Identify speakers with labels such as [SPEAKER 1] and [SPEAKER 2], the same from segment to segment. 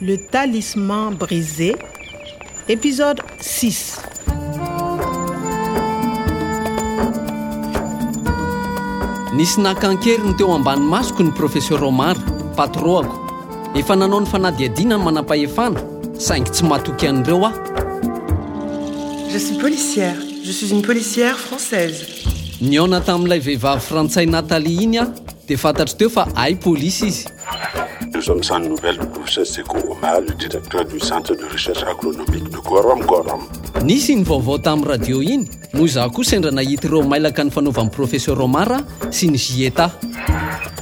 [SPEAKER 1] Le talisman brisé, épisode 6.
[SPEAKER 2] nisy nakankeriny teo ambany masoko ny professeur omar patroako efa nanao ny fanadiadiana ny manam-pahefana saingy tsy matoky an'ireo aho
[SPEAKER 3] Je suis policière. Je suis une policière française.
[SPEAKER 2] niona tamin'ilay vehivavy frantsay natalia iny aho dia fantatro teo fa ay polisy izy
[SPEAKER 4] Nous sommes sans nouvelles du professeur Seko Omar, le directeur du Centre de recherche agronomique de Gorom Gorom.
[SPEAKER 2] nisy ny vaovao tamin'ny radio iny no izaho koa sendra nahita ireo mailaka ny fanaovan'ny professeur omar sy ny E jieta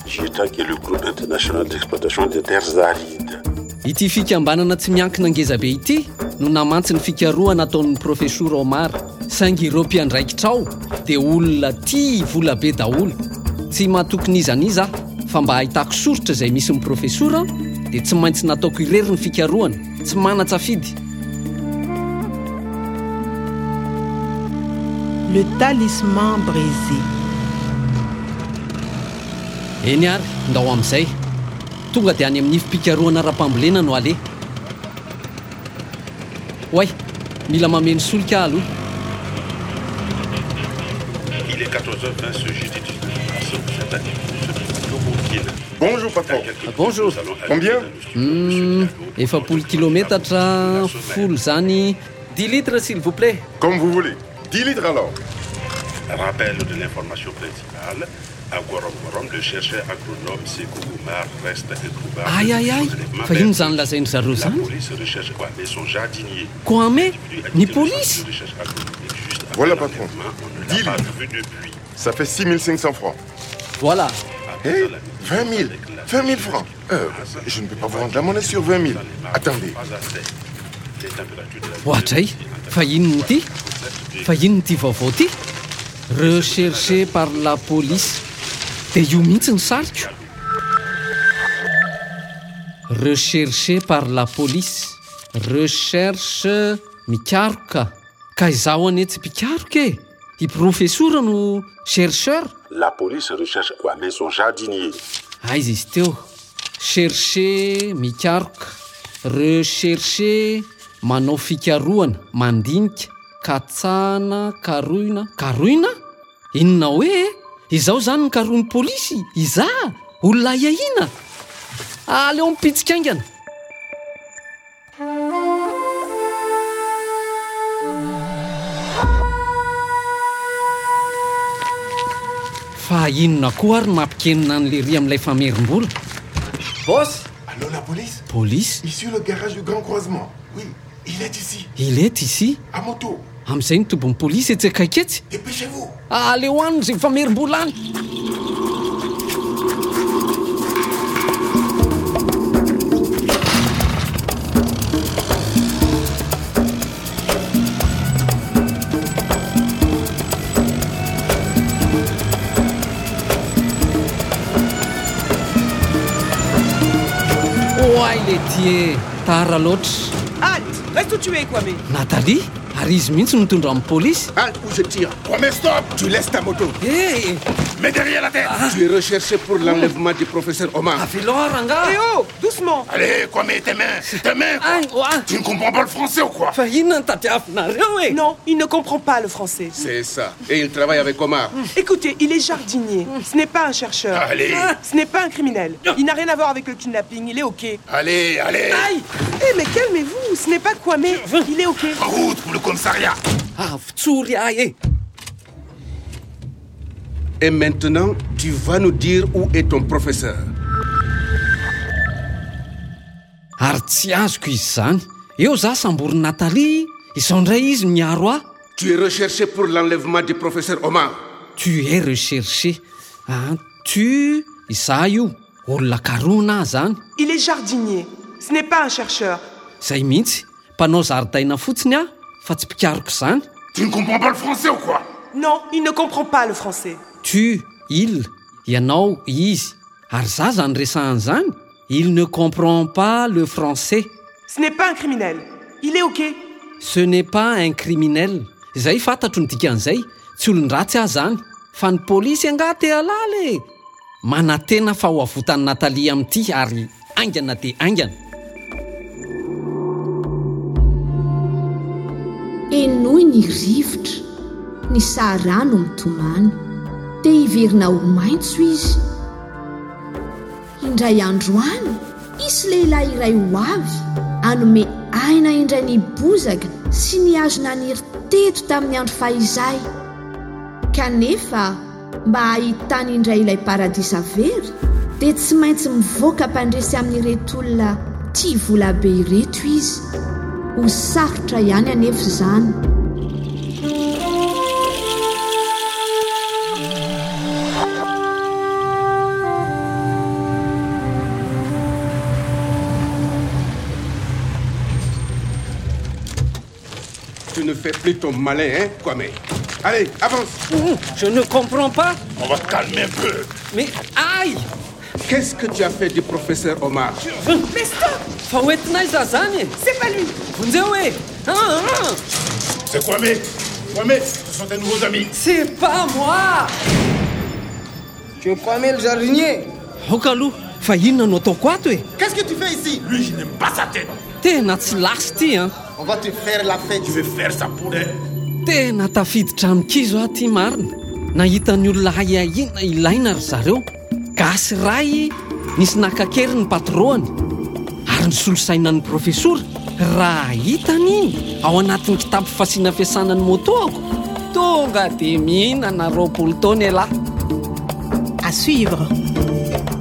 [SPEAKER 4] JETA, qui est le groupe international d'exploitation des terres arides.
[SPEAKER 2] ity fikambanana tsy miankina ngezabe ity no namantsy ny fikarohana nataon'ny profesora omar saingy ireo mpiandraikitra ao dia olona tia volabe daholo tsy mahatokony iza n'iza aho fa mba hahitako soritra izay misy ny profesora dia tsy maintsy nataoko irery ny fikarohana tsy mana-tsafidy
[SPEAKER 1] Le talisman brisé.
[SPEAKER 2] eny ary ndao amin'izay tonga dia any amin'ny fipikarohana ra-pambolena no aleha hoay mila mameno solika aloha
[SPEAKER 4] Il est 14h20 ce jeudi 19 mars. Vous êtes à l'écoute
[SPEAKER 5] Bonjour patron.
[SPEAKER 2] Bonjour.
[SPEAKER 5] Combien
[SPEAKER 2] Hmm, efapolo kilometatra folo zany 10 litres s'il vous plaît
[SPEAKER 5] Comme vous voulez. 10 litres alors.
[SPEAKER 4] Rappel de l'information principale. À Gorom Gorom, le chercheur agronome Seko Omar reste introuvable.
[SPEAKER 2] Aïe, aïe, aïe.
[SPEAKER 4] Soulèvement
[SPEAKER 2] Fa ino
[SPEAKER 4] belge.
[SPEAKER 2] zany lazainy zareo
[SPEAKER 4] La
[SPEAKER 2] zany
[SPEAKER 4] police recherche quoi Mais son jardinier.
[SPEAKER 2] koame ny
[SPEAKER 4] Individu
[SPEAKER 2] polisy
[SPEAKER 4] habité le centre de recherche agronomique juste après
[SPEAKER 5] Voilà, patron.
[SPEAKER 4] l'enlèvement. On ne
[SPEAKER 5] Deal.
[SPEAKER 4] l'a pas vu depuis.
[SPEAKER 5] Ça fait 6500 francs. Eh,
[SPEAKER 2] voilà
[SPEAKER 5] Hé, 20 000. 20 000 francs. Euh, je ne peux pas vous rendre la monnaie sur 20 000. Attendez.
[SPEAKER 2] hoatray fa inony ity fa inony ity vaovao ity recherché par la police dia io mihitsy ny sariko recherché par la police recherche mikaroka ka izaho anie tsy mpikaroka e i professora no chercheur
[SPEAKER 4] La police recherche quoi Mais son jardinier.
[SPEAKER 2] aizy Ah, izy teo cherche mikaroka recherche manao fikaroana mandinika katsana karoina karoina inona hoe izaho zany ny karoany polisy iza olona Ah, iahiana aleo mipitsika aingana fa inona koa ary mampikenina an'le ry amin'ilay famerim-bola bos
[SPEAKER 5] Allô la police
[SPEAKER 2] polisy
[SPEAKER 5] Ici le garage du grand croisement. Oui, il est ici,
[SPEAKER 2] ilety izy
[SPEAKER 5] à moto.
[SPEAKER 2] amin'izay ny tombony polisy etsy akaiky etsy
[SPEAKER 5] Dépêchez-vous.
[SPEAKER 2] aleo any zay famerim-bola any oay letie tara loatra
[SPEAKER 6] Halte Reste où tu es, Kwame
[SPEAKER 2] natalia ary izy mihitsy mitondra amin'ny polisy
[SPEAKER 7] Halte ou Ah, je tire. Promets stop Tu laisses ta moto.
[SPEAKER 2] eh
[SPEAKER 4] Mais derrière la tête
[SPEAKER 7] Ah. Tu es recherché pour l'enlèvement du professeur Omar.
[SPEAKER 2] avelora
[SPEAKER 6] Eh
[SPEAKER 2] rangah
[SPEAKER 6] oh Doucement
[SPEAKER 4] Allez, quoi, mais tes mains Tes mains quoi.
[SPEAKER 7] Ah.
[SPEAKER 2] Aïe, ouah.
[SPEAKER 4] Tu ne comprends pas le français ou quoi
[SPEAKER 2] fa inona ny tadiavinareo e
[SPEAKER 6] Non, il ne comprend pas le français.
[SPEAKER 7] C'est ça. Et il travaille avec Omar.
[SPEAKER 6] Écoutez, il est jardinier. Ce n'est pas un chercheur.
[SPEAKER 4] Allez.
[SPEAKER 6] Ce n'est pas un criminel. Il n'a rien à voir avec le kidnapping. Il est OK. Eh,
[SPEAKER 4] Allez, allez
[SPEAKER 6] mais calmez-vous. Ce n'est pas Kwame. Il est OK.
[SPEAKER 4] En route pour le commissariat
[SPEAKER 2] avotsory ahy e
[SPEAKER 7] Et maintenant, tu vas nous dire où est ton professeur.
[SPEAKER 2] ary tsy azoko izy izany eo za samborin'ny natalia izao indray izy miaro ahy
[SPEAKER 7] Tu es recherché pour l'enlèvement du professeur Omar.
[SPEAKER 2] tu es recherché Ah, tu iza io olona karona ahy zany
[SPEAKER 6] Il est jardinier. Ce n'est pas un chercheur.
[SPEAKER 2] izay mihitsy mpanao zaridaina fotsiny aho fa tsy mpikariko izany
[SPEAKER 4] Tu ne comprends pas le français ou quoi
[SPEAKER 6] Non, il ne comprend pas le français.
[SPEAKER 2] tu il ianao izy ary za zany resahan'izany il ne comprend pas le français
[SPEAKER 6] Ce n'est pas un criminel. Il est OK.
[SPEAKER 2] ce n'est pas un criminel izay fantatro ny dikan'izay tsy olon-dratsy ahy zany fa ny polisy angah te alala e manantena fa ho avotan'ny natalia amin'ity ary aingana dia aingana
[SPEAKER 8] hoy ny rivotra ny sarano mitomany dia hiverina ho maitso izy indray andro any isy lehilahy iray ho avy anome aina indray ny bozaka sy ny hazo naniry teto tamin'ny andro fahizay kanefa mba hahitany indray ilay paradisa very dia tsy maintsy mivoaka mpandresy amin'ireto olona tia volabe ireto izy ho sarotra ihany anefa izany
[SPEAKER 7] Tu ne fais plus ton malin, hein, Kwame. Allez, avance.
[SPEAKER 2] Je ne comprends pas.
[SPEAKER 4] On va te calmer un peu.
[SPEAKER 2] Mais aïe
[SPEAKER 7] Qu'est-ce que tu as fait du professeur Omar
[SPEAKER 6] Mais stop
[SPEAKER 2] Fa hoentina iza zany e
[SPEAKER 6] C'est pas lui
[SPEAKER 2] vonjeo e Ah, ah,
[SPEAKER 4] C'est Kwame. Kwame, ce sont tes nouveaux amis.
[SPEAKER 2] c'est pas moi
[SPEAKER 9] Tu es Kwame le jardinier
[SPEAKER 2] aoka aloha fa inona no ataoko ato e
[SPEAKER 9] Qu'est-ce que tu fais ici
[SPEAKER 4] Lui, je n'aime pas sa tête.
[SPEAKER 2] tena tsy lasy ty an
[SPEAKER 9] On va te faire la fête.
[SPEAKER 4] Je vais faire ça pour elle.
[SPEAKER 2] tena tafiditra amikizo aho ty ah, marina nahitany olona haiahiana ilaina ry zareo gasy ray nisy nakakery ny patroany ary ny solosaina ny profesora raha hitany ao anatin'ny kitapo fasiana fiasana ny motoako tonga de mihinana roapolo taona elahy
[SPEAKER 1] À suivre.